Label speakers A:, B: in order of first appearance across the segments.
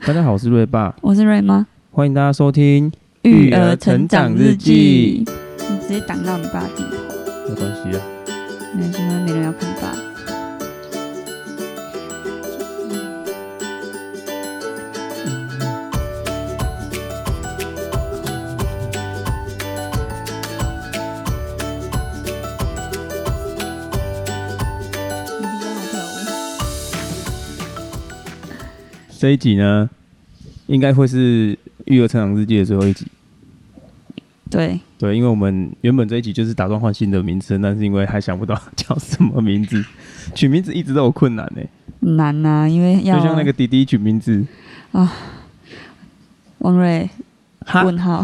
A: 大家好，我是瑞爸，
B: 我是瑞妈，
A: 欢迎大家收听。育儿成长日记，
B: 你直接挡到你爸的镜头，
A: 没关系啊，
B: 没关系，没人要看爸。你不要跳舞
A: 这一集呢，应该会是《育儿成长日记》的最后一集。
B: 对，
A: 对，因为我们原本这一集就是打算换新的名称，但是因为还想不到叫什么名字， 取名字一直都有困难呢、
B: 很难呐、因为要
A: 就像那个弟弟取名字，
B: 王瑞
A: 哈，
B: 问号，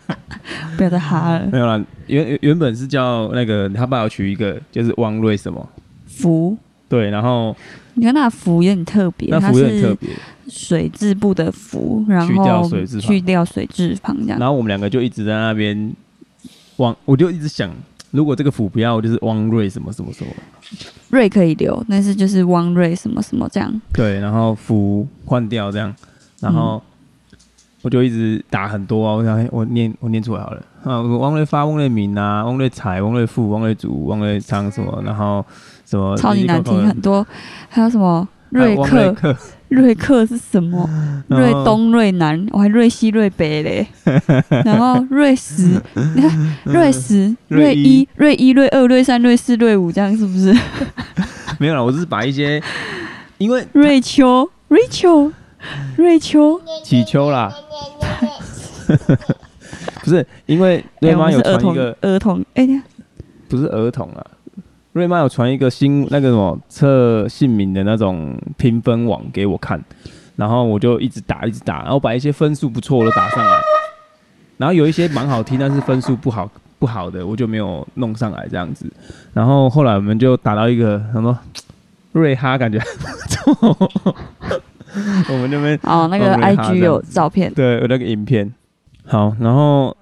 B: 不要再哈了，
A: 没有啦，原原原本是叫那个他爸要取一个就是汪瑞什么，
B: 福。
A: 对，然后
B: 你看那福有点特别，
A: 那
B: 它
A: 福有点特
B: 是
A: 别，
B: 水字部的福，然
A: 去掉
B: 后
A: 水字旁
B: 去掉水字旁这样
A: 然。后我们两个就一直在那边汪，我就一直想，如果这个府不要，就是汪瑞什么什么什么。
B: 瑞可以留，但是就是汪瑞什么什么这样。
A: 对，然后符换掉这样，然
B: 嗯
A: 后我就一直打很多啊，我想哎我念我念出来好了啊，我说汪瑞发、汪瑞明啊、汪瑞财、汪瑞富、汪瑞祖、汪瑞昌什么，然后什么
B: 超级难听，很多。还有什么
A: 还
B: 瑞
A: 有汪瑞
B: 克？
A: 克、
B: 瑞克是什么？
A: 然
B: 瑞
A: 后
B: 东、瑞南，我还瑞西、瑞北 嘞。然后瑞十，你看瑞十、
A: 嗯瑞
B: 瑞一、瑞一、瑞二、瑞三、瑞四、瑞五，这样是 不是？
A: 没有了，我只是把一些因为
B: 瑞秋、瑞秋、瑞秋，
A: 祈秋啦，
B: 哎
A: 不是因为瑞
B: 哎我
A: 妈
B: 们
A: 有
B: 是儿
A: 传一
B: 童
A: 个
B: 儿童，哎，等一下
A: 不是儿童啊。瑞妈有传一个新那个什么测姓名的那种评分网给我看，然后我就一直打一直打，然哦后把一些分数不错的打上来，然后有一些蛮好听，但是分数不好不好的我就没有弄上来这样子。然后后来我们就打到一个什么瑞哈，感觉 不错，我们那边
B: 哦，那个
A: 哦瑞哈这
B: IG
A: 样
B: 有照片，
A: 对，有那个影片。好，然后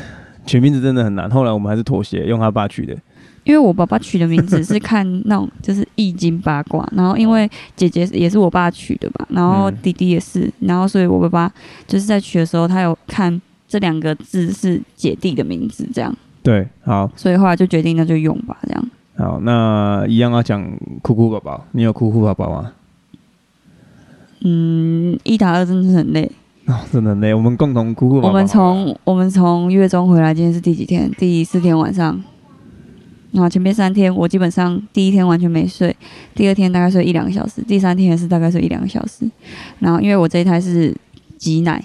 A: 取名字真的很难，后来我们还是妥协，用他爸取的。
B: 因为我爸爸取的名字是看那种就是易经八卦，然后因为姐姐也是我爸取的吧，然后
A: 嗯
B: 弟弟也是，然后所以我爸爸就是在取的时候，他有看这两个字是姐弟的名字，这样，
A: 对，好，
B: 所以后来就决定那就用吧，这样。
A: 好，那一样要讲酷酷宝宝，你有酷酷宝宝吗？
B: 嗯，一打二真的是很累。
A: 哦，真的很累，我们共同酷酷宝宝。
B: 我们从我们从月中回来，今天是第几天？第四天晚上。然后前面三天我基本上第一天完全没睡，第二天大概睡一两个小时，第三天也是大概睡一两个小时。然后因为我这一胎是挤奶，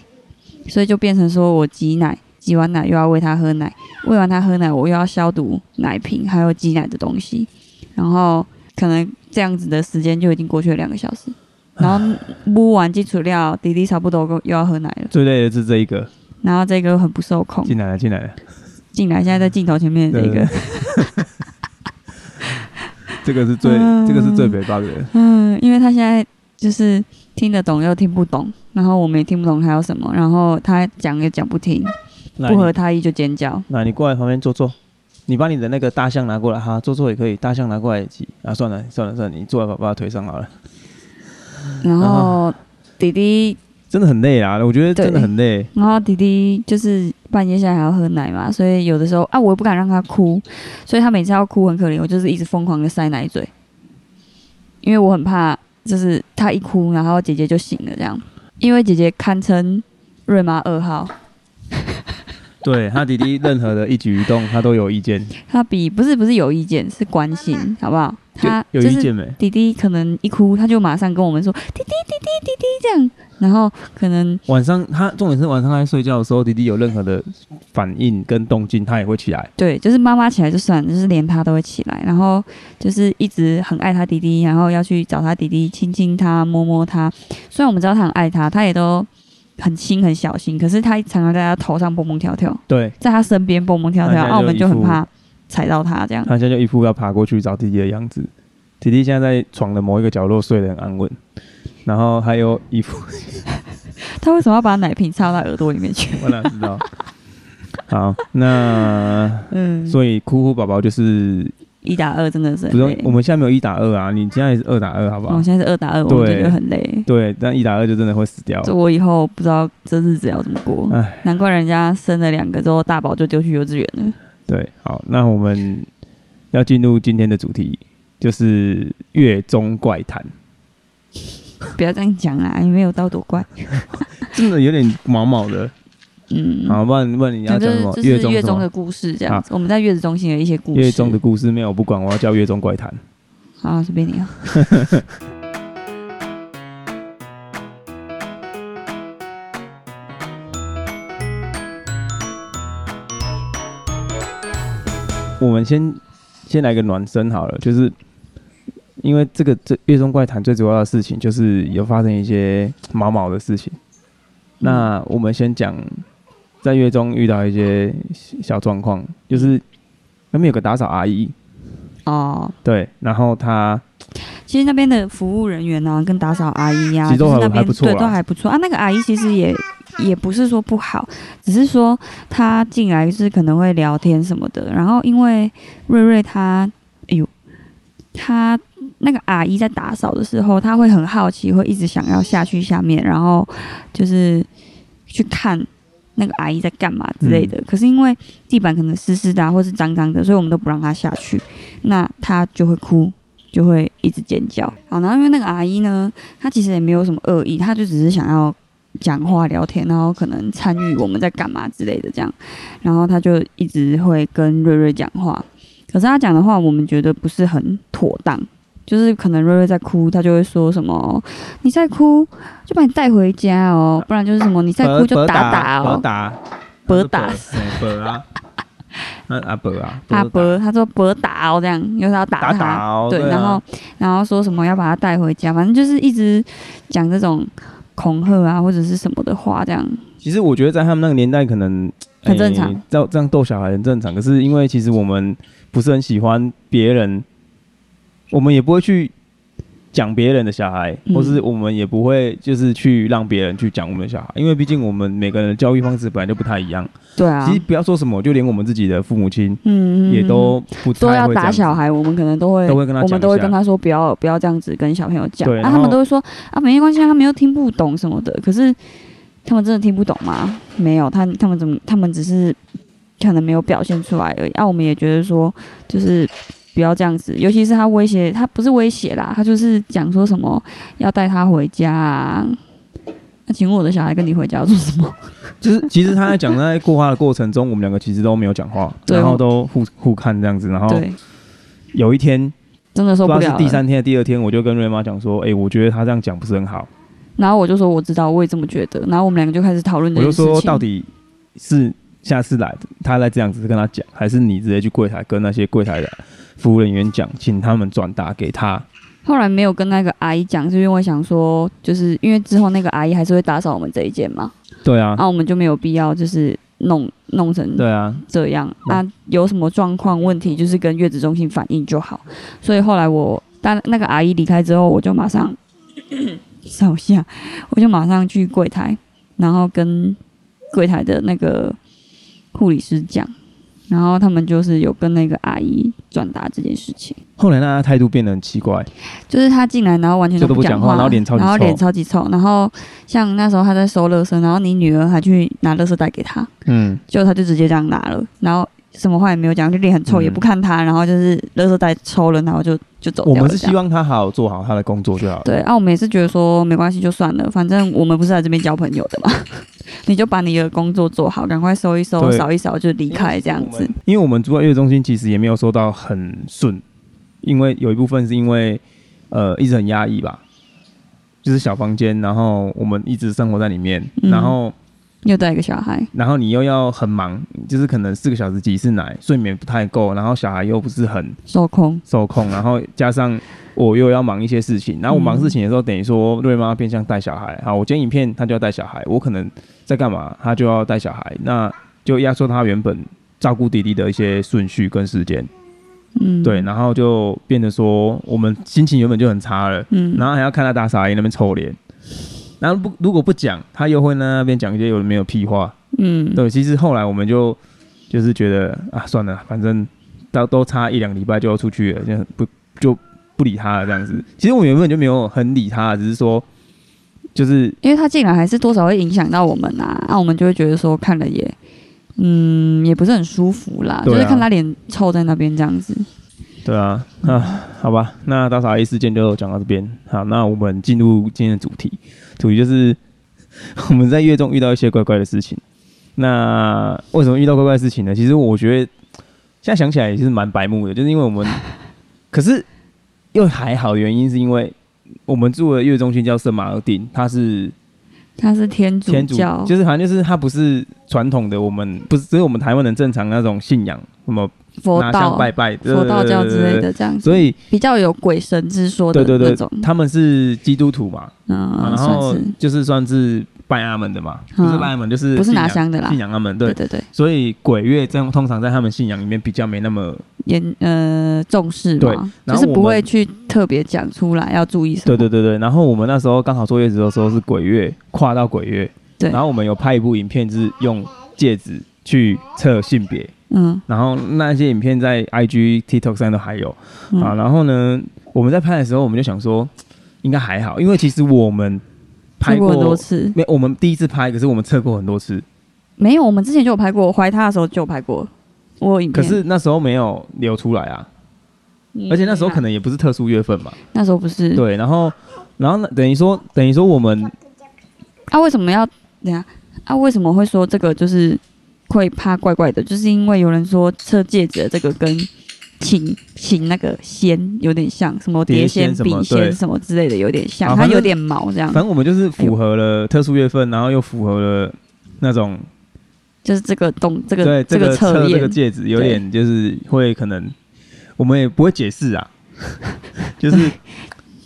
B: 所以就变成说我挤奶，挤完奶又要喂他喝奶，喂完他喝奶我又要消毒奶瓶还有挤奶的东西，然后可能这样子的时间就已经过去了两个小时。然后摸完基础料，弟弟差不多又要喝奶了。
A: 最累的是这一个
B: 然后这个很不受控，
A: 进来了，进来了，
B: 进来现在在镜头前面的这
A: 对
B: 个，
A: 这个是最、
B: 嗯
A: 这个是最北方的，
B: 嗯，因为他现在就是听得懂又听不懂，然后我们也听不懂他要什么，然后他讲也讲不听，
A: 来
B: 不合
A: 你
B: 他意就尖叫，
A: 来你过来旁边坐坐，你把你的那个大象拿过来哈，坐坐也可以，大象拿过来一起啊，算了算了算了，你坐在爸爸腿上好了，然
B: 然后弟弟，
A: 真的很累啦，我觉得真的
B: 对
A: 很累，
B: 然后弟弟就是半夜现在还要喝奶嘛，所以有的时候啊，我又不敢让他哭，所以他每次要哭很可怜，我就是一直疯狂的塞奶嘴，因为我很怕就是他一哭，然后姐姐就醒了这样，因为姐姐堪称瑞妈二号。
A: 对他弟弟任何的一举一动，他都有意见，
B: 他比不是不是有意见，是关心，好不好？
A: 就
B: 他
A: 有
B: 就
A: 意
B: 是
A: 见没？
B: 弟弟可能一哭，他就马上跟我们说弟弟弟弟弟弟这样，然后可能
A: 晚上他重点是晚上他在睡觉的时候，弟弟有任何的反应跟动静，他也会起来。
B: 对，就是妈妈起来就算了，就是连他都会起来，然后就是一直很爱他弟弟，然后要去找他弟弟，亲亲他，摸摸他。虽然我们知道他很爱他，他也都很亲很小心，可是他常常在他头上蹦蹦跳跳，
A: 对，
B: 在他身边蹦蹦跳
A: 他
B: 跳，
A: 现在就
B: 那我们就
A: 一
B: 很
A: 副
B: 怕踩到他这样。
A: 他现在就一副要爬过去找弟弟的样子。弟弟现在在床的某一个角落睡得很安稳，然后还有一副
B: 他为什么要把奶瓶插到他耳朵里面去？
A: 我哪知道？好，那
B: 嗯，
A: 所以哭哭宝宝就是
B: 一打二真的是
A: 不
B: 很
A: 用
B: 累。，
A: 我们现在没有一打二啊，你现在也是二打二，好不好
B: 我？现在是二打二，我
A: 对
B: 觉得很累。
A: 对，但一打二就真的会死掉。
B: 这我以后不知道这日子要怎么过
A: 唉。
B: 难怪人家生了两个之后，大宝就丢去幼稚园了。
A: 对，好，那我们要进入今天的主题，就是月中怪谈，
B: 不要这样讲啊，你没有到多怪。
A: 真的有点毛毛的。
B: 嗯，
A: 好，不然不然你要
B: 反
A: 讲什
B: 正
A: 么？
B: 就是
A: 月中
B: 月
A: 什
B: 中
A: 么
B: 的故事这样子。我们在月子中心的一些故事。
A: 月中的故事没有，我不管，我要叫月中怪谈。
B: 好，随便你啊。
A: 我们先先来个暖身好了，就是因为这个这月中怪谈最主要的事情就是有发生一些毛毛的事情。
B: 嗯
A: 那我们先讲在月中遇到一些小状况，就是那边有个打扫阿姨，
B: 哦，
A: 对，然后她
B: 其实那边的服务人员啊，跟打扫阿姨呀、
A: 其
B: 啊，
A: 实都
B: 就是
A: 还
B: 那边
A: 还不错啦
B: 对，都还不错啊。那个阿姨其实也也不是说不好，只是说她进来是可能会聊天什么的。然后因为瑞瑞她，哎呦，她那个阿姨在打扫的时候，她会很好奇，会一直想要下去下面，然后就是去看。那个阿姨在干嘛之类的，可是因为地板可能湿湿的、啊、或是脏脏的，所以我们都不让她下去。那她就会哭，就会一直尖叫。好，然后因为那个阿姨呢，她其实也没有什么恶意，她就只是想要讲话聊天，然后可能参与我们在干嘛之类的这样。然后她就一直会跟瑞瑞讲话，可是她讲的话我们觉得不是很妥当。就是可能瑞瑞在哭，她就会说什么“你再哭就把你带回家哦”，不然就是什么“你再哭就
A: 伯
B: 打
A: 打
B: 哦”，
A: 打
B: 伯打
A: 伯啊，那阿伯啊，
B: 阿伯，他说伯打哦，这样，因为他要打
A: 打
B: 他，
A: 打哦
B: 对，
A: 对啊
B: 然后然后说什么要把他带回家，反正就是一直讲这种恐吓啊或者是什么的话，这样
A: 其实我觉得在他们那个年代可能
B: 很正常
A: 诶这样这样逗小孩很正常。可是因为其实我们不是很喜欢别人，我们也不会去讲别人的小孩，
B: 嗯
A: 或是我们也不会就是去让别人去讲我们的小孩，因为毕竟我们每个人的教育方式本来就不太一样。
B: 对啊
A: 其，实不要说什么，就连我们自己的父母亲
B: 嗯，嗯
A: 也
B: 嗯
A: 都不
B: 都
A: 太会
B: 要
A: 这
B: 打
A: 样子
B: 小孩，我们可能都会，
A: 都会跟他
B: 我
A: 讲
B: 们
A: 一
B: 都会
A: 下
B: 跟他说不要不要这样子跟小朋友讲，
A: 对
B: 啊，
A: 然
B: 他们
A: 后
B: 都会说啊没关系，啊，他们又听不懂什么的，可是他们真的听不懂吗？没有，他他们怎么他们只是可能没有表现出来而已，啊，我们也觉得说就是。不要这样子，尤其是他威胁，他不是威胁啦，他就是讲说什么要带他回家啊。那、请问我的小孩跟你回家要做什么？
A: 就是其实他在讲在过话的过程中，我们两个其实都没有讲话，
B: 对
A: 然后都互互看这样子，然后
B: 对，
A: 有一天
B: 真的受
A: 不
B: 不
A: 知
B: 了
A: 道
B: 了
A: 是第三天、第二天，我就跟瑞妈讲说，哎、我觉得她这样讲不是很好，
B: 然后我就说我知道，我也这么觉得。然后我们两个就开始讨论这
A: 我
B: 件
A: 就
B: 事情。
A: 说到底是下次来她来这样子跟她讲，还是你直接去柜台跟那些柜台的服务人员讲，请他们转达给她。
B: 后来没有跟那个阿姨讲，是因为我想说，就是因为之后那个阿姨还是会打扫我们这一间嘛，
A: 对啊，
B: 啊，我们就没有必要就是弄弄成
A: 对啊，
B: 这样啊，有什么状况问题就是跟月子中心反映就好。所以后来我，但那个阿姨离开之后，我就马上 扫下，我就马上去柜台，然后跟柜台的那个护理师讲，然后他们就是有跟那个阿姨转达这件事情。
A: 后来那她态度变得很奇怪，
B: 就是他进来，然后完全
A: 就都
B: 不
A: 不
B: 讲
A: 讲话然后脸超级
B: 然后
A: 臭
B: 脸超级臭。然后像那时候他在收垃圾，然后你女儿还去拿垃圾袋给他，
A: 嗯，
B: 结果他就直接这样拿了，然后什么话也没有讲，就脸很臭，
A: 嗯
B: 也不看他，然后就是垃圾袋抽了，然后就就走掉
A: 我
B: 了
A: 们是
B: 这样
A: 希望她好好做好她的工作就好了。
B: 对，啊，我们也是觉得说没关系就算了，反正我们不是来这边交朋友的嘛， 你就把你的工作做好，赶快收一收，
A: 对
B: 扫一扫就离开这样子。
A: 因为我们住在月子中心，其实也没有收到很顺，因为有一部分是因为呃一直很压抑吧，就是小房间，然后我们一直生活在里面，
B: 嗯
A: 然后
B: 又带一个小孩，
A: 然后你又要很忙，就是可能四个小时挤一次奶，睡眠不太够，然后小孩又不是很
B: 受控，
A: 受控，然后加上我又要忙一些事情，然后我忙事情的时候，等于说瑞妈变相带小孩，好，我剪影片她就要带小孩，我可能在干嘛，她就要带小孩，那就压缩她原本照顾弟弟的一些顺序跟时间，
B: 嗯，
A: 对，，然后就变得说我们心情原本就很差了，
B: 嗯，
A: 然后还要看她打傻眼那边臭脸，然后不如果不讲，她又会在那边讲一些有的没有屁话，
B: 嗯，
A: 对，其实后来我们就就是觉得啊，算了，反正都都差一两礼拜就要出去了，就很不就不理他了这样子。其实我原本就没有很理他，只是说就是
B: 因为他进来还是多少会影响到我们啊，那、我们就会觉得说看了也，嗯，也不是很舒服啦，
A: 对
B: 就
A: 啊
B: 是看他脸臭在那边这样子。
A: 对啊，啊，好吧，那大傻 A 事件就讲到这边。好，那我们进入今天的主题，主题就是 我们在月中遇到一些怪怪的事情。那为什么遇到怪怪的事情呢？其实我觉得现在想起来也是蛮白目的，就是因为我们， 可是又还好，原因是因为我们住的月中心叫圣马尔定，它是
B: 他是天主
A: 天主
B: 教，
A: 就是反正就是它不是传统的我们不是只是我们台湾人正常那种信仰，什么
B: 佛
A: 拿香
B: 道、
A: 拜拜、
B: 佛道教之
A: 对
B: 类
A: 对对
B: 的这样子，
A: 所以。
B: 比较有鬼神之说的
A: 对对
B: 那
A: 对
B: 种，，
A: 他们是基督徒嘛，啊
B: 嗯，
A: 然
B: 算
A: 后
B: 是
A: 就是算是拜阿门的嘛，
B: 嗯
A: 不是拜阿门就是
B: 不是
A: 信
B: 拿
A: 仰
B: 香的啦
A: 信，仰阿门
B: 对
A: 对，
B: 对对，
A: 所以鬼月在通常在他们信仰里面比较没那么
B: 严呃重视
A: 对
B: 嘛，就
A: 然后
B: 是
A: 我
B: 不会
A: 们
B: 去特别讲出来要注意什
A: 对
B: 么，
A: 对对对。然后我们那时候刚好坐月子的时候是鬼月，跨到鬼月，
B: 对
A: 然后我们有拍一部影片，就是用戒指去测性别，
B: 嗯
A: 然后那些影片在 IG、TikTok 上都还有。啊，
B: 嗯，
A: 然后呢，我们在拍的时候，我们就想说，应该还好，因为其实我们拍
B: 拍过
A: 过
B: 很多次，
A: 没，我们第一次拍，可是我们测过很多次，
B: 没有，我们之前就有拍过，我怀他的时候就有拍过，我有影
A: 可
B: 片，
A: 是那时候没有流出来啊，
B: 嗯
A: 而且那时候可能也不是特殊月份嘛，
B: 那时候不是，
A: 对，然后，然后呢等于说，等于说我们
B: 啊，为什么要等下？啊，为什么会说这个就是会怕怪怪的？就是因为有人说测戒指的这个跟请请那个仙有点像，什么碟
A: 碟
B: 仙、
A: 仙什么
B: 笔
A: 对
B: 仙什么之类的，有点像，
A: 啊
B: 它
A: 反正
B: 有点毛这样
A: 反，正我们就是符合了特殊月份，然后又符合了那种
B: 就是这个动这
A: 对
B: 个
A: 这
B: 个
A: 个
B: 测
A: 测这
B: 验
A: 个，戒指，有点就是会可能我们也不会解释啊， 就是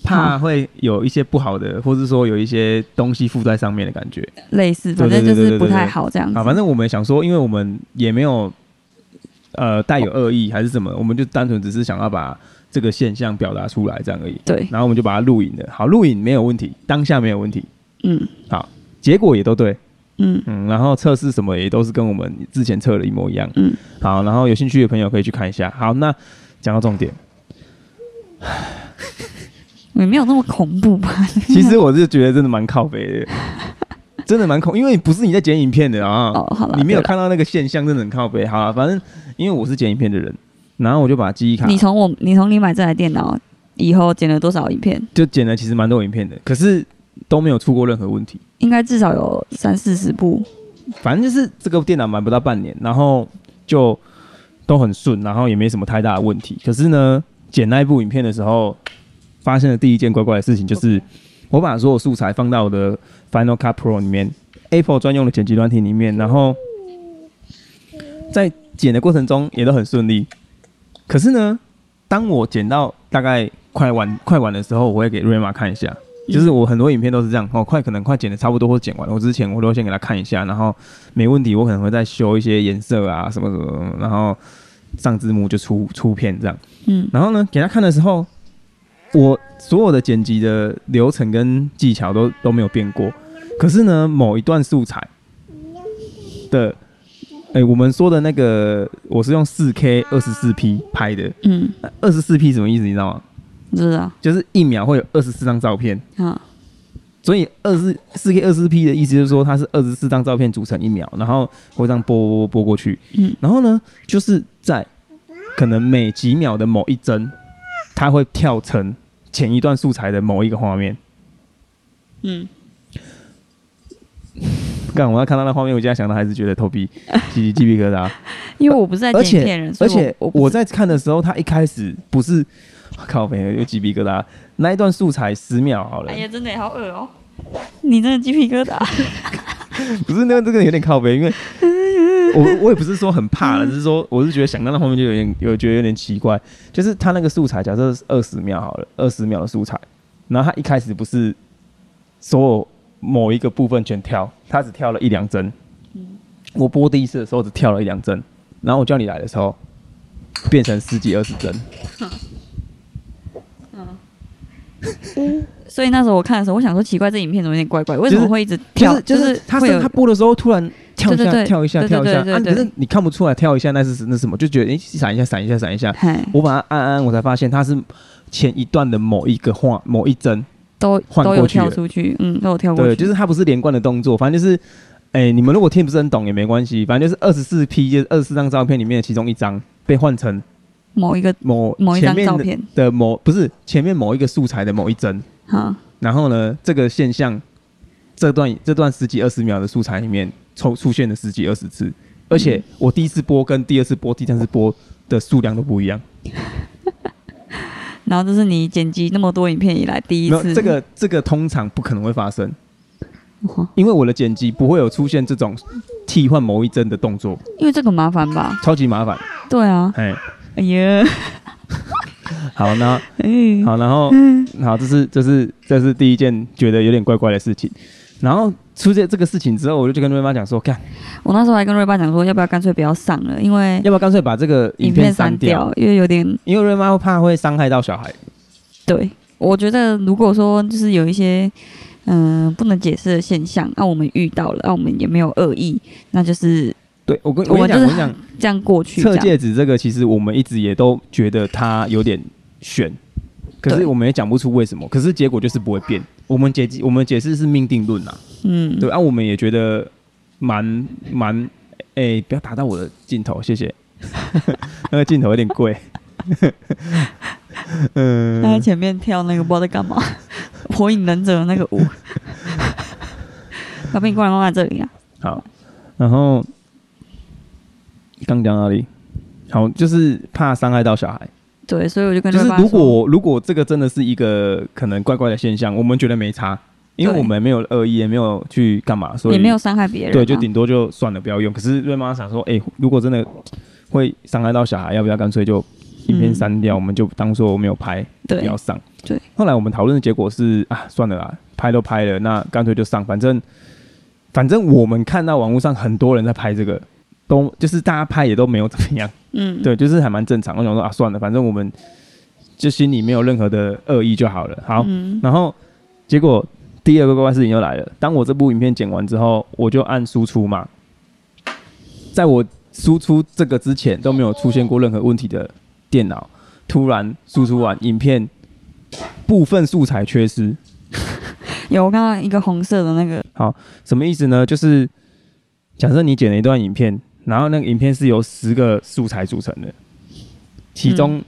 A: 怕会有一些不好的，或是说有一些东西附在上面的感觉。
B: 类似，
A: 对
B: 反
A: 对
B: 正
A: 对
B: 就
A: 对
B: 是
A: 对
B: 不
A: 对
B: 太
A: 对
B: 好这样子。
A: 啊，反正我们想说，因为我们也没有呃带有恶意还是什么，我们就单纯只是想要把这个现象表达出来这样而已。
B: 对，
A: 然后我们就把它录影了。好，录影没有问题，当下没有问题，
B: 嗯
A: 结果也都对，
B: 嗯，
A: 嗯，然后测试什么也都是跟我们之前测的一模一样。
B: 嗯，
A: 好，然后有兴趣的朋友可以去看一下。好，那讲到重 点，
B: 也没有那么恐怖吧？
A: 其实我是觉得真的蛮靠北的， 真的蛮恐，因为不是你在剪影片的啊。
B: 哦，好了，
A: 你没有
B: 对啦
A: 看到那个现象，真的很靠背。好了，反正因为我是剪影片的人，然后我就把记忆卡
B: 你从我你从你买这台电脑以后剪了多少影片？
A: 就剪了，其实蛮多影片的，可是都没有出过任何问题。
B: 应该至少有三四十部。
A: 反正就是这个电脑买不到半年，然后就都很顺，然后也没什么太大的问题。可是呢，剪那一部影片的时候，发生的第一件怪怪的事情就是，我把所有素材放到我的 Final Cut Pro 里面，Apple 专用的剪辑软体里面，然后在剪的过程中也都很顺利。可是呢，当我剪到大概快完快完的时候，我会给瑞玛看一下。就是我很多影片都是这样，哦，快可能快剪的差不多或剪完了，我之前我都先给他看一下，然后没问题，我可能会再修一些颜色啊什么什么什么，然后上字幕就出出片这样。
B: 嗯
A: 然后呢，给他看的时候，我所有的剪辑的流程跟技巧都都没有变过。可是呢，某一段素材 的，哎、我们说的那个，我是用四 K 二十四 P 拍的，呃
B: 嗯，
A: 二十四 P 什么意思？你知道吗？
B: 知道
A: 就是一秒会有二十四张照片。
B: 啊，
A: 所以二四四 K 二四 P 的意思就是说，它是二十四张照片组成一秒，然后会这样播播播播过去。
B: 嗯
A: 然后呢，就是在可能每几秒的某一帧，它会跳成前一段素材的某一个画面。
B: 嗯，
A: 刚我要看到那画面，我现在想到还是觉得头 皮起鸡皮疙瘩。
B: 因为我不是在
A: 而
B: 剪
A: 且
B: 骗人，所
A: 而
B: 以
A: 且
B: 我
A: 我
B: 在
A: 在看的时候，它一开始不是 靠朋友有鸡皮疙瘩，那一段素材十秒好了
B: 哎，呀，真的好恶哦，你真的鸡皮疙瘩，
A: 不是那这个有点靠背，因为我我也不是说很怕了，只是说我是觉得想到那后面就有点有觉得有点奇怪，就是他那个素材假设是二十秒好了，二十秒的素材，然后他一开始不是所有某一个部分全跳，他只跳了一两帧，
B: 嗯
A: 我播第一次的时候只跳了一两帧，然后我叫你来的时候变成十几二十帧，
B: 所以那时候我看的时候，我想说奇怪，这影片怎么有点怪怪？为什
A: 就
B: 么
A: 是
B: 会一直
A: 就
B: 跳？
A: 是就是他
B: 会
A: 是
B: 有
A: 他播的时候突然跳一
B: 对
A: 下
B: 对对
A: 跳一下
B: 对对
A: 跳一下
B: 对对
A: 啊，可
B: 对
A: 是你看不出来跳一下那是那是什么，就觉得诶闪一下闪一下闪一下。
B: 嗨，
A: 我把它按按，我才发现它是前一段的某一个画某一帧，
B: 都
A: 换
B: 都
A: 过
B: 有
A: 去
B: 跳
A: 了
B: 出去，嗯，都有跳过去，
A: 对，就是它不是连贯的动作，反正就是。哎、你们如果听不是很懂也没关系，反正就是二十四 P，就是二十四张照片里面的其中一张被换成
B: 某一个
A: 某
B: 某一
A: 前
B: 张
A: 面
B: 照
A: 的
B: 片，
A: 的某不是前面某一个素材的某一帧，
B: 哈，
A: 然后呢，这个现象，这段这段十几二十秒的素材里面，出出现了十几二十次，而
B: 嗯
A: 且我第一次播跟第二次播、第三次播的数量都不一样。
B: 然后这是你剪辑那么多影片以来第一
A: 没有
B: 次，
A: 这个这个通常不可能会发生，
B: 哇，
A: 因为我的剪辑不会有出现这种替换某一帧的动作，
B: 因为这个麻烦吧？
A: 超级麻烦。
B: 对啊，
A: 哎，
B: 哎呀，
A: 好，那
B: 哎，
A: 好，然后好，这是这是这是第一件觉得有点怪怪的事情。然后出现这个事情之后，我就去跟瑞妈讲说，看
B: 哎我那时候还跟瑞爸讲说，要不要干脆不要上了，因为
A: 要不要干脆把这个影
B: 影
A: 片
B: 片
A: 删
B: 删
A: 掉？
B: 掉，因为有点
A: 因为瑞妈怕会伤害到小孩。
B: 对，我觉得如果说就是有一些嗯、呃不能解释的现象，那、我们遇到了，那、我们也没有恶意，那就是
A: 对我跟我
B: 我
A: 跟你
B: 们
A: 讲，我跟
B: 就是
A: 你讲，
B: 这样过去这
A: 测
B: 样。
A: 戒指这个，其实我们一直也都觉得它有点悬，可是
B: 对
A: 我们也讲不出为什么，可是结果就是不会变。我们解我们解释是命定论啊，
B: 嗯，
A: 对啊，我们也觉得蛮蛮，哎、不要打到我的镜头，谢 谢。那个镜头有点贵，嗯
B: 他，在前面跳那个不知道在干嘛， 《火影忍者》的那个 舞。宝贝，你过来妈妈这里啊！
A: 好，然后刚讲哪里？好，就是怕伤害到小孩。
B: 对，所以我就跟
A: 就是
B: 瑞爸
A: 如
B: 说
A: 果如果这个真的是一个可能怪怪的现象，我们觉得没差，因为
B: 对
A: 我们没有恶意，也没有去干嘛，所以
B: 也没有伤害别人、啊，
A: 对，就顶多就算了，不要用。可是瑞妈想说，哎、如果真的会伤害到小孩，要不要干脆就影片删掉，我们就当做没有拍，不
B: 嗯对
A: 要上。
B: 对，
A: 后来我们讨论的结果是啊，算了啦，拍都拍了，那干脆就上，反正反正我们看到网络上很多人在拍这个，都就是大家拍也都没有怎么样。
B: 嗯，
A: 对，就是还蛮正常。我想说啊，算了，反正我们就心里没有任何的恶意就好了。好，
B: 嗯
A: 然后结果第二个怪怪事情又来了。当我这部影片剪完之后，我就按输出嘛，在我输出这个之前都没有出现过任何问题的电脑，突然输出完影片部分素材缺失，
B: 有我看到一个红色的那个，
A: 什么意思呢？就是假设你剪了一段影片，然后那个影片是由十个素材组成的，其
B: 嗯
A: 中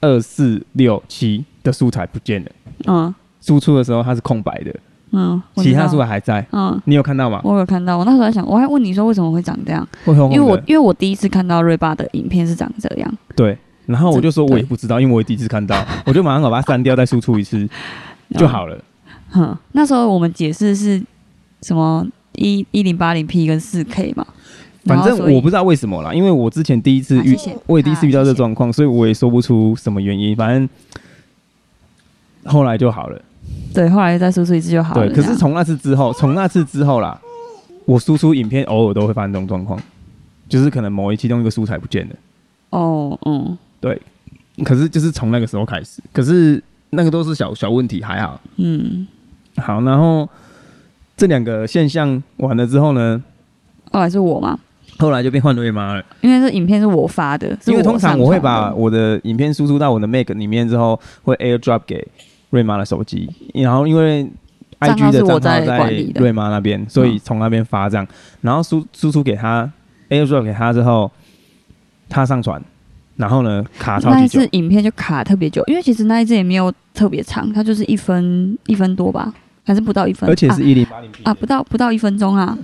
A: 二四六七的素材不见了，
B: 嗯
A: 输出的时候它是空白的，
B: 嗯，我
A: 其
B: 知
A: 他
B: 道
A: 素材还在。
B: 嗯，
A: 你有看到吗？
B: 我有看到，我那时候还想，我还问你说为什么会长这样，
A: 会红
B: 因为
A: 红
B: 我
A: 的，
B: 因为我第一次看到瑞爸的影片是长这样，
A: 对。然后我就说，
B: 这
A: 我也不知道，因为我也第一次看 到，我就马上把它删掉，再输出一次就好了。
B: 嗯。哼，那时候我们解释是什么一一零八零 P 跟四 K 嘛，然
A: 反
B: 后
A: 正
B: 所以
A: 我不知道为什么啦，因为我之前第一次
B: 啊
A: 遇
B: 谢谢，
A: 我也第一次遇到
B: 啊谢
A: 这
B: 谢
A: 状况，所以我也说不出什么原因。反正后来就好了。
B: 对，后来再输出一次就好了
A: 对，可
B: 这样。
A: 是从那次之后，从那次之后啦，我输出影片偶尔都会发生这种状况，就是可能某一其中一个素材不见了。
B: 哦，嗯
A: 可是就是从那个时候开始，可是那个都是小小问题，还好。
B: 嗯，
A: 好，然后这两个现象完了之后呢，
B: 后来是我嘛，
A: 后来就变换瑞妈了。
B: 因为这影片是我发的，是
A: 因为通常
B: 上
A: 我会
B: 传
A: 把
B: 的
A: 我的影片输出到我的 Mac 里面之后，会 AirDrop 给瑞妈的手机，然后因为
B: 账
A: IG
B: 号
A: 的
B: 是
A: 账号
B: 我在
A: 在
B: 管理的嗯
A: 瑞妈那边，所以从那边发这样，然后输输出给他 AirDrop 给他之后，他上传，然后呢卡超
B: 那
A: 级
B: 一
A: 久
B: 次，影片就卡特别久，因为其实那一次也没有特别长，它就是一分一分多吧，还是不到一分，
A: 而且是
B: 啊
A: 一零八零 P
B: 啊不到不到一分钟啊，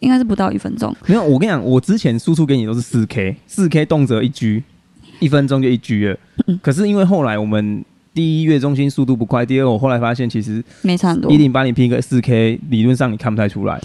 B: 应该是不到一分钟。
A: 没有，我跟你讲，我之前输出给你都是四 K，四 K 动辄一 G，一分钟就一 G 了。
B: 嗯
A: 可是因为后来我们第一月中心速度不快，第二我后来发现其实
B: 没差很多
A: 一。零八零 P 跟四 K 理论上你看不太出来，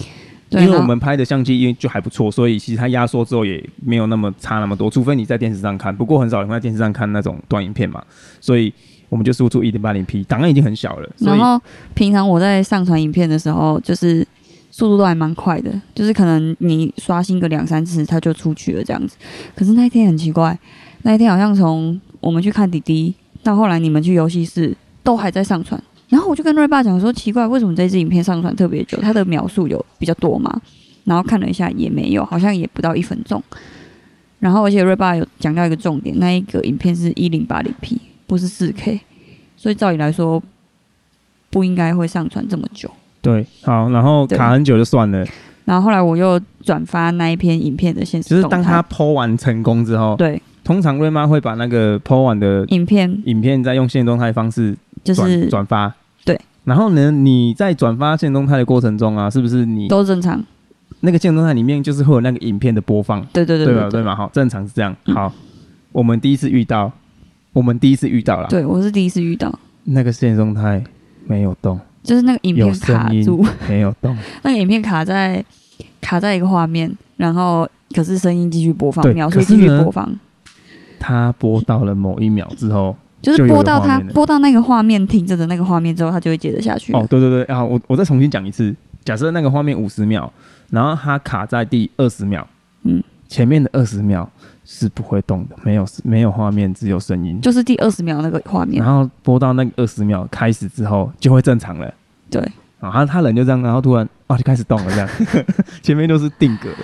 B: 对，啊
A: 因为
B: 然
A: 我
B: 后
A: 们拍的相机因为就还不错，所以其实它压缩之后也没有那么差那么多，除非你在电视上看，不过很少人会在电视上看那种短影片嘛，所以我们就输出一零八零 P，档案已经很小了，所
B: 然
A: 以
B: 后平常我在上传影片的时候，就是速度都还蛮快的，就是可能你刷新个两三次，它就出去了这样子。可是那一天很奇怪，那一天好像从我们去看弟弟到后来你们去游戏室，都还在上传，然后我就跟瑞爸讲说，奇怪，为什么这支影片上传特别久？它的描述有比较多嘛？然后看了一下也没有，好像也不到一分钟。然后而且瑞爸有讲到一个重点，那一个影片是一零八零 P，不是四 K，所以照理来说不应该会上传这么久。
A: 对，好，然后
B: 对
A: 卡很久就算了，
B: 然后后来我又转发那一篇影片的现
A: 就
B: 实
A: 是
B: 动态，
A: 当他剖完成功之后，
B: 对
A: 通常瑞妈会把那个剖完的
B: 影片
A: 影片再用现动态方式
B: 就
A: 转
B: 是
A: 转发。
B: 对。
A: 然后呢，你在转发现动态的过程中啊，是不是你
B: 都正常，
A: 那个现动态里面就是会有那个影片的播放，
B: 对对对
A: 对吧？
B: 对
A: 对嘛？好，正常是这样。
B: 嗯
A: 好，我们第一次遇到，我们第一次遇到了，
B: 对我是第一次遇到，
A: 那个现动态没有动，
B: 就是那个影
A: 有
B: 片卡
A: 声音
B: 住，
A: 没有动，
B: 那个影片卡在卡在一个画面，然后可是声音继续播放
A: 对，
B: 描
A: 可
B: 述
A: 是
B: 继续
A: 呢
B: 播放，
A: 它播到了某一秒之后，
B: 就
A: 就是有
B: 播
A: 了
B: 到
A: 画
B: 它
A: 面了
B: 播到那个画面停着的那个画面之后，它就会接着下去。
A: 哦，，对对对，啊，我我再重新讲一次，假设那个画面五十秒，然后它卡在第二十秒，
B: 嗯，
A: 前面的二十秒是不会动的，没有没有画面，只有声音。
B: 就是第二十秒那个画面
A: 然，后播到那个二十秒开始之后就会正常了。
B: 对，
A: 然后他人就这样，然后突然啊就开始动了，这样， 前面都是定格的。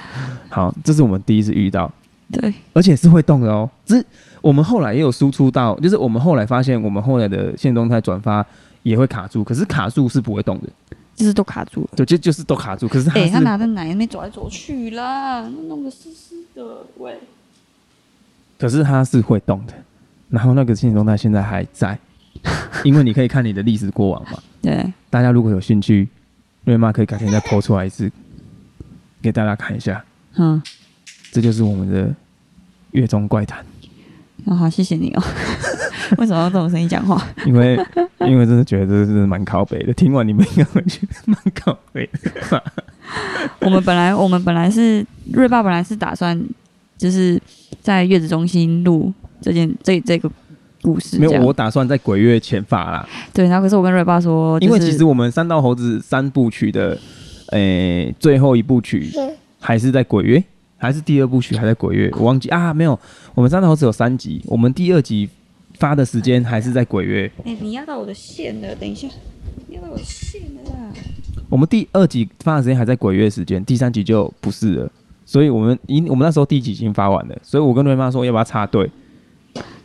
A: 好，这是我们第一次遇到，
B: 对
A: 而且是会动的哦。只是我们后来也有输出到，就是我们后来发现，我们后来的线动态转发也会卡住，可是卡住是不会动的，
B: 就是都卡住了。
A: 对，就就是都卡住，可是它
B: 哎、
A: 是、
B: 他拿着奶那边走来走去啦，弄个湿湿的，喂。
A: 可是它是会动的。然后那个线动态现在还在， 因为你可以看你的历史过往嘛。
B: 对，
A: 大家如果有兴趣，瑞妈可以改天再剖出来一次，给大家看一下。
B: 嗯，
A: 这就是我们的月中怪谈，
B: 那、好，谢谢你哦。 为什么要这种声音讲话？
A: 因为因为真的觉得这是蛮靠北的，听完你们应该会觉得蛮靠北的。
B: 我们本来我们本来是瑞爸本来是打算就是在月子中心录这件这这个故事，
A: 没
B: 这
A: 有，
B: 样
A: 我打算在鬼月前发啦，
B: 对，然后可是我跟瑞爸说，
A: 因为
B: 哦就是
A: 其实我们三道猴子三部曲的，诶、最后一部曲还是在鬼月，还是第二部曲还在鬼月，我忘记啊，没有，我们三道猴子有三集，我们第二集发的时间还是在鬼月，
B: 哎、你压到我的线了，等一下，你压到我的线了啦。
A: 我们第二集发的时间还在鬼月时间，第三集就不是了，所以我们已我们那时候第一集已经发完了，所以我跟瑞妈说要不要插队，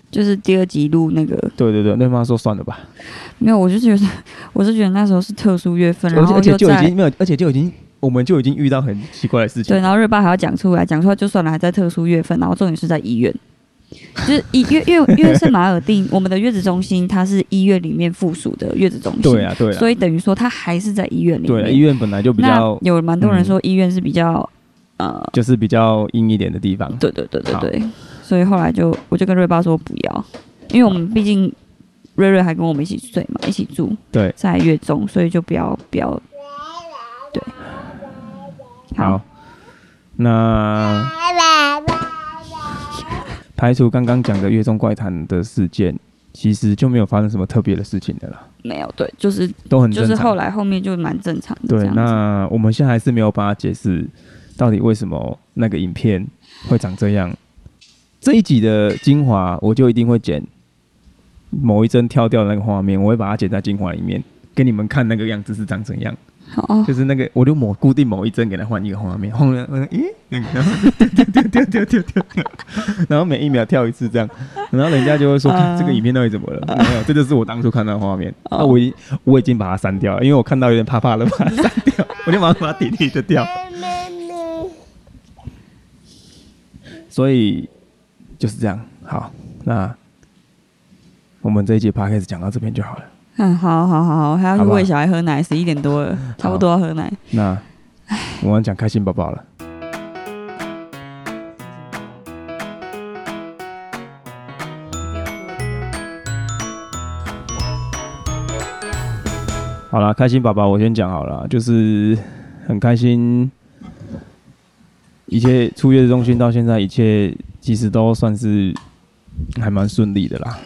B: 就是第二集录那个，
A: 对对对，瑞妈说算了吧，
B: 没有，我就觉得我是觉得那时候是特殊月份，然
A: 而且
B: 后
A: 而且
B: 又
A: 就已
B: 在
A: 经没有，而且就已经我们就已经遇到很奇怪的事情
B: 对，，然后瑞爸还要讲出来，讲出来就算了，还在特殊月份，然后重点是在医院。就是一月月月圣马尔定，我们的月子中心它是医院里面附属的月子中心，
A: 对啊对啊
B: 所以等于说他还是在医院里
A: 对
B: 面。
A: 啊，医院本来就比
B: 那
A: 较嗯
B: 有蛮多人说医院是比较、呃，
A: 就是比较阴一点的地方，
B: 对对对对对，所以后来就我就跟瑞爸说不要，因为我们毕竟瑞瑞还跟我们一起睡嘛，一起住
A: 对，
B: 在月中，所以就不要不要，对，好，
A: 好，那排除刚刚讲的月中怪谈的事件，其实就没有发生什么特别的事情的啦，
B: 没有对，就是
A: 都很
B: 就
A: 正
B: 是
A: 常。
B: 后来后面就蛮正常的这
A: 对，
B: 样子。
A: 那我们现在还是没有办法解释到底为什么那个影片会长这样。这一集的精华，我就一定会剪某一帧跳掉的那个画面，我会把它剪在精华里面，给你们看那个样子是长怎样。
B: 好哦
A: 就是那个，我就某固定某一帧给它换一个画面，换了，换了咦，然后跳跳跳跳跳跳，然后每一秒跳一次这样，然后人家就会说、
B: 啊
A: 这个影片到底怎么了？没有，这就是我当初看到的画面。那、
B: 哦
A: 我已我已经把它删掉了，因为我看到有点怕怕的，把它删掉，我就马上把它 delete 掉。所以就是这样，好，那我们这一节 p o d c a s 讲到这边就好了。
B: 嗯，好好好好，还要去
A: 好吧
B: 喂小孩喝奶，十一点多了，差不多要喝奶。
A: 那我们讲开心宝宝了。好啦，开心宝宝，我先讲好了，就是很开心，一切出月子中心到现在，一切其实都算是还蛮顺利的啦，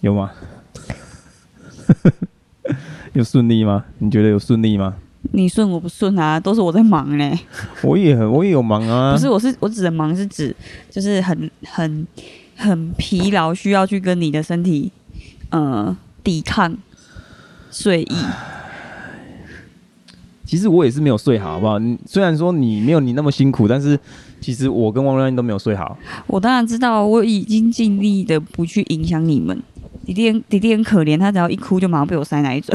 A: 有吗？ 有顺利吗？你觉得有顺利吗？
B: 你顺我不顺啊，都是我在忙嘞。
A: 我也很，我也有忙啊，
B: 不是，我是我指的忙是指就是很很很疲劳，需要去跟你的身体呃抵抗睡意。
A: 其实我也是没有睡好，好不好？你虽然说你没有你那么辛苦，但是其实我跟汪亮都没有睡好。
B: 我当然知道，我已经尽力的不去影响你们。弟弟很弟弟很可怜，他只要一哭就马上被我塞奶嘴，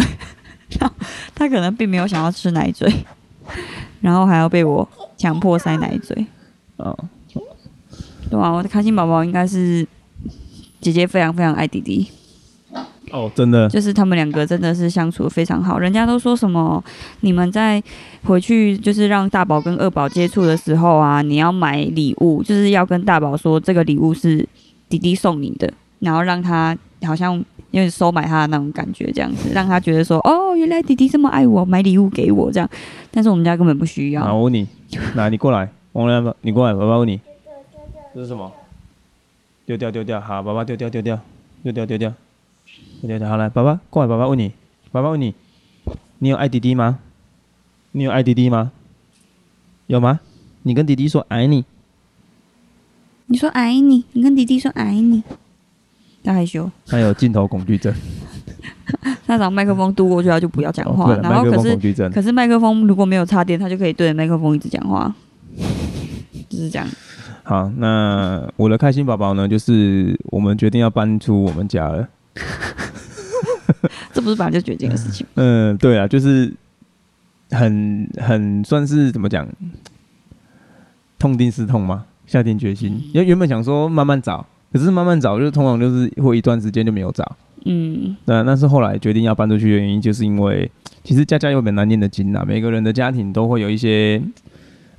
B: 然后他可能并没有想要吃奶嘴，然后还要被我强迫塞奶嘴。
A: 啊、
B: 对啊，我的开心宝宝应该是姐姐非常非常爱弟弟，
A: 哦，真 的，
B: 就是他们两个真的是相处得非常好。人家都说什么，你们在回去就是让大宝跟二宝接触的时候啊，你要买礼物，就是要跟大宝说这个礼物是弟弟送你的，然后让他好像有点收买他的那种感觉，这样子让他觉得说，哦，原来弟弟这么爱我，买礼物给我这样。但是我们家根本不需
A: 啊，
B: 要，
A: 我问 你，来，你过来，王亮，你过来，爸爸问你，这是什么？丢掉，丢掉，好，爸爸丢掉，丢掉，丢掉，丢掉，丢掉，好来，爸爸过来，爸爸问你，爸爸问你，你有爱弟弟吗？你有爱弟弟吗？有吗？你跟弟弟说爱你，
B: 你说爱你，你跟弟弟说爱你，他害羞。
A: 他有镜头恐惧症，
B: 他找麦克风嘟过去，他就不要讲
A: 哦
B: 话。
A: 对了，
B: 然
A: 麦
B: 后
A: 克
B: 可
A: 风
B: 是
A: 恐惧症，
B: 可是麦克风如果没有插电，他就可以对着麦克风一直 讲话，就是这样。
A: 好，那我的开心宝宝呢？就是我们决定要搬出我们家了。
B: 这不是本来就决定的事情。
A: 嗯，对啊，就是很很算是怎么讲，痛定思痛嘛，下定决心。因为原本想说慢慢找，可是慢慢找就是通常就是会一段时间就没有找。
B: 嗯，
A: 那但是后来决定要搬出去的原因，就是因为其实家家有本难念的经啊，每个人的家庭都会有一些，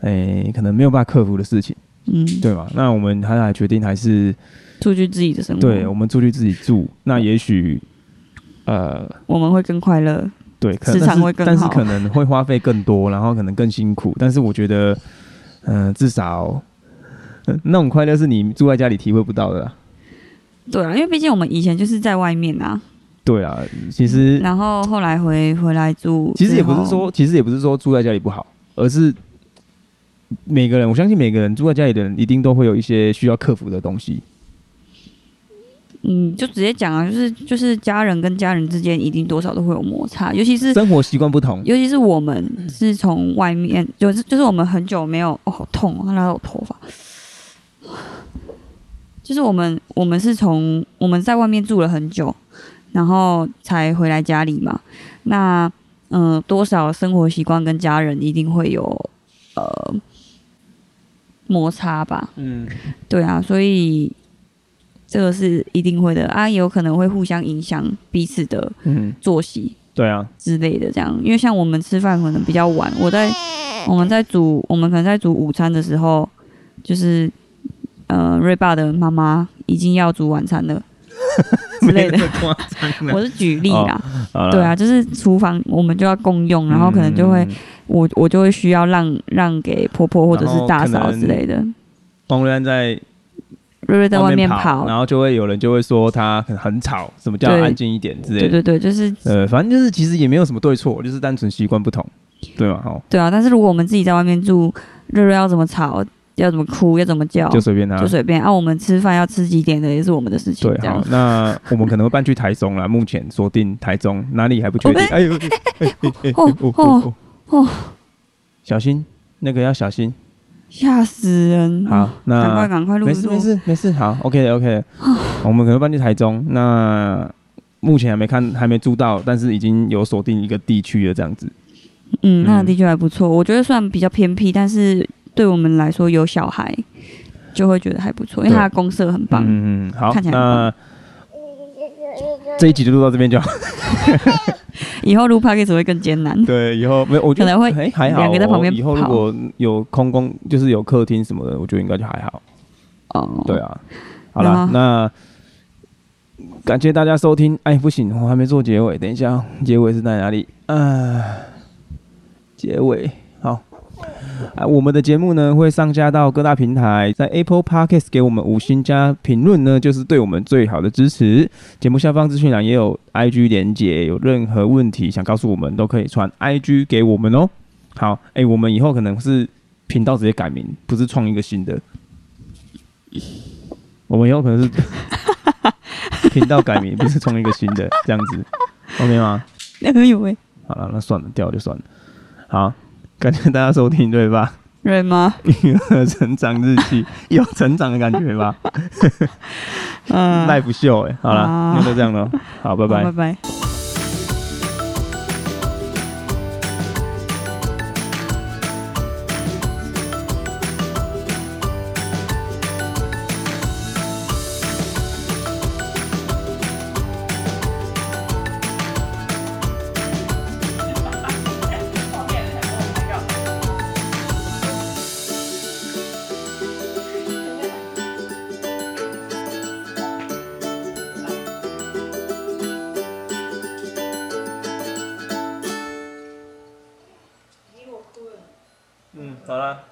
A: 诶、可能没有办法克服的事情，
B: 嗯，
A: 对吗？那我们还还决定还是。
B: 出去自己的生活，
A: 对，我们出去自己住，那
B: 嗯
A: 也许，呃，
B: 我们会更快乐。
A: 对，可
B: 时
A: 但
B: 长
A: 是
B: 会更
A: 但是
B: 好
A: 可能会花费更多， 然后可能更辛苦。但是我觉得，嗯、至少、呃那种快乐是你住在家里体会不到的啦。
B: 对啊，因为毕竟我们以前就是在外面啊，
A: 对啊，其实
B: 然后后来回回来住，
A: 其实也不是，说，其实也不是说住在家里不好，而是每个人，我相信每个人住在家里的人，一定都会有一些需要克服的东西。
B: 嗯，就直接讲啊，就是就是家人跟家人之间一定多少都会有摩擦，尤其是
A: 生活习惯不同，
B: 尤其是我们是从外面，就是就是我们很久没有，哦，好痛哦，拉到我头发。就是我们我们是从我们在外面住了很久，然后才回来家里嘛。那嗯、呃多少生活习惯跟家人一定会有呃摩擦吧？
A: 嗯，
B: 对啊，所以这个是一定会的啊，也有可能会互相影响彼此的
A: 嗯，
B: 作息。
A: 对啊，
B: 之类的，这样，因为像我们吃饭可能比较晚，我在我们在煮，我们可能在煮午餐的时候，就是呃，瑞爸的妈妈已经要煮晚 餐了之类的
A: 没，那么夸张啊
B: 我是举例啦，
A: 好啦
B: 对啊，就是厨房我们就要共用，然后可能就会、
A: 嗯
B: 我我就会需要让让给婆婆或者是大
A: 然后
B: 嫂
A: 可能
B: 之类的，
A: 王瑞安在
B: 瑞瑞在外面
A: 跑，
B: 跑，
A: 然后就会有人就会说他很很吵，什么叫
B: 对
A: 安静一点之类
B: 对
A: 的。
B: 对对，就是
A: 呃，反正就是其实也没有什么对错，就是单纯习惯不同，对嘛？哦，
B: 对啊，但是如果我们自己在外面住，瑞瑞要怎么吵，要怎么哭，要怎么叫，
A: 就随便他
B: 就。随便啊。我们吃饭要吃几点的也是我们的事情，
A: 对，
B: 这
A: 好
B: 样，。
A: 那我们可能会搬去台中啦，目前锁定台中，哪里还不确定。哎呦，
B: 哦哦哦，
A: 小心，那个要小心。
B: 吓死人！
A: 好，
B: 嗯赶快
A: 那
B: 赶快录啊
A: 没事没
B: 录。
A: 事没事，好，OK OK，我们可能会搬去台中，那目前还没看，还没租到，但是已经有锁定一个地区了，这样子。
B: 嗯，那
A: 嗯
B: 的确还不错。我觉得算比较偏僻，但是对我们来说有小孩就会觉得还不错，因为
A: 对
B: 他的公社很
A: 嗯
B: 棒。
A: 嗯，嗯好
B: 看，起来很
A: 那这一集就录到这边就好。
B: 以后录 p o d c a s 会更艰难。
A: 对，以后没有，我觉得
B: 可能会
A: 哎还好，
B: 两个在旁边
A: 以后如
B: 跑
A: 果有空工，就是有客厅什么的，我觉得应该就还好。
B: 哦，
A: 对，啊，好
B: 然
A: 啦
B: 后，
A: 那感谢大家收听。哎，不行，我还没做结尾，等一下哦，结尾是在哪里？啊，结尾好。啊，我们的节目呢会上架到各大平台，在 Apple Podcast 给我们五星加评论呢，就是对我们最好的支持。节目下方资讯栏也有 IG 连接，有任何问题想告诉我们，都可以传 IG 给我们哦。好，哎、我们以后可能是频道直接改名，不是创一个新的。我们以后可 能是频道改名，不是创一个新的这样子，OK 吗？
B: 哎呦喂，
A: 好了，那算了，掉就算了。好，感谢大家收听，对吧？
B: 瑞妈，
A: 育儿成长日记，有成长的感觉吧？
B: 嗯，
A: live 秀哎、好了
B: 啊，
A: 那就这样了，好，拜拜
B: 好拜。拜。
A: 嗯，好了。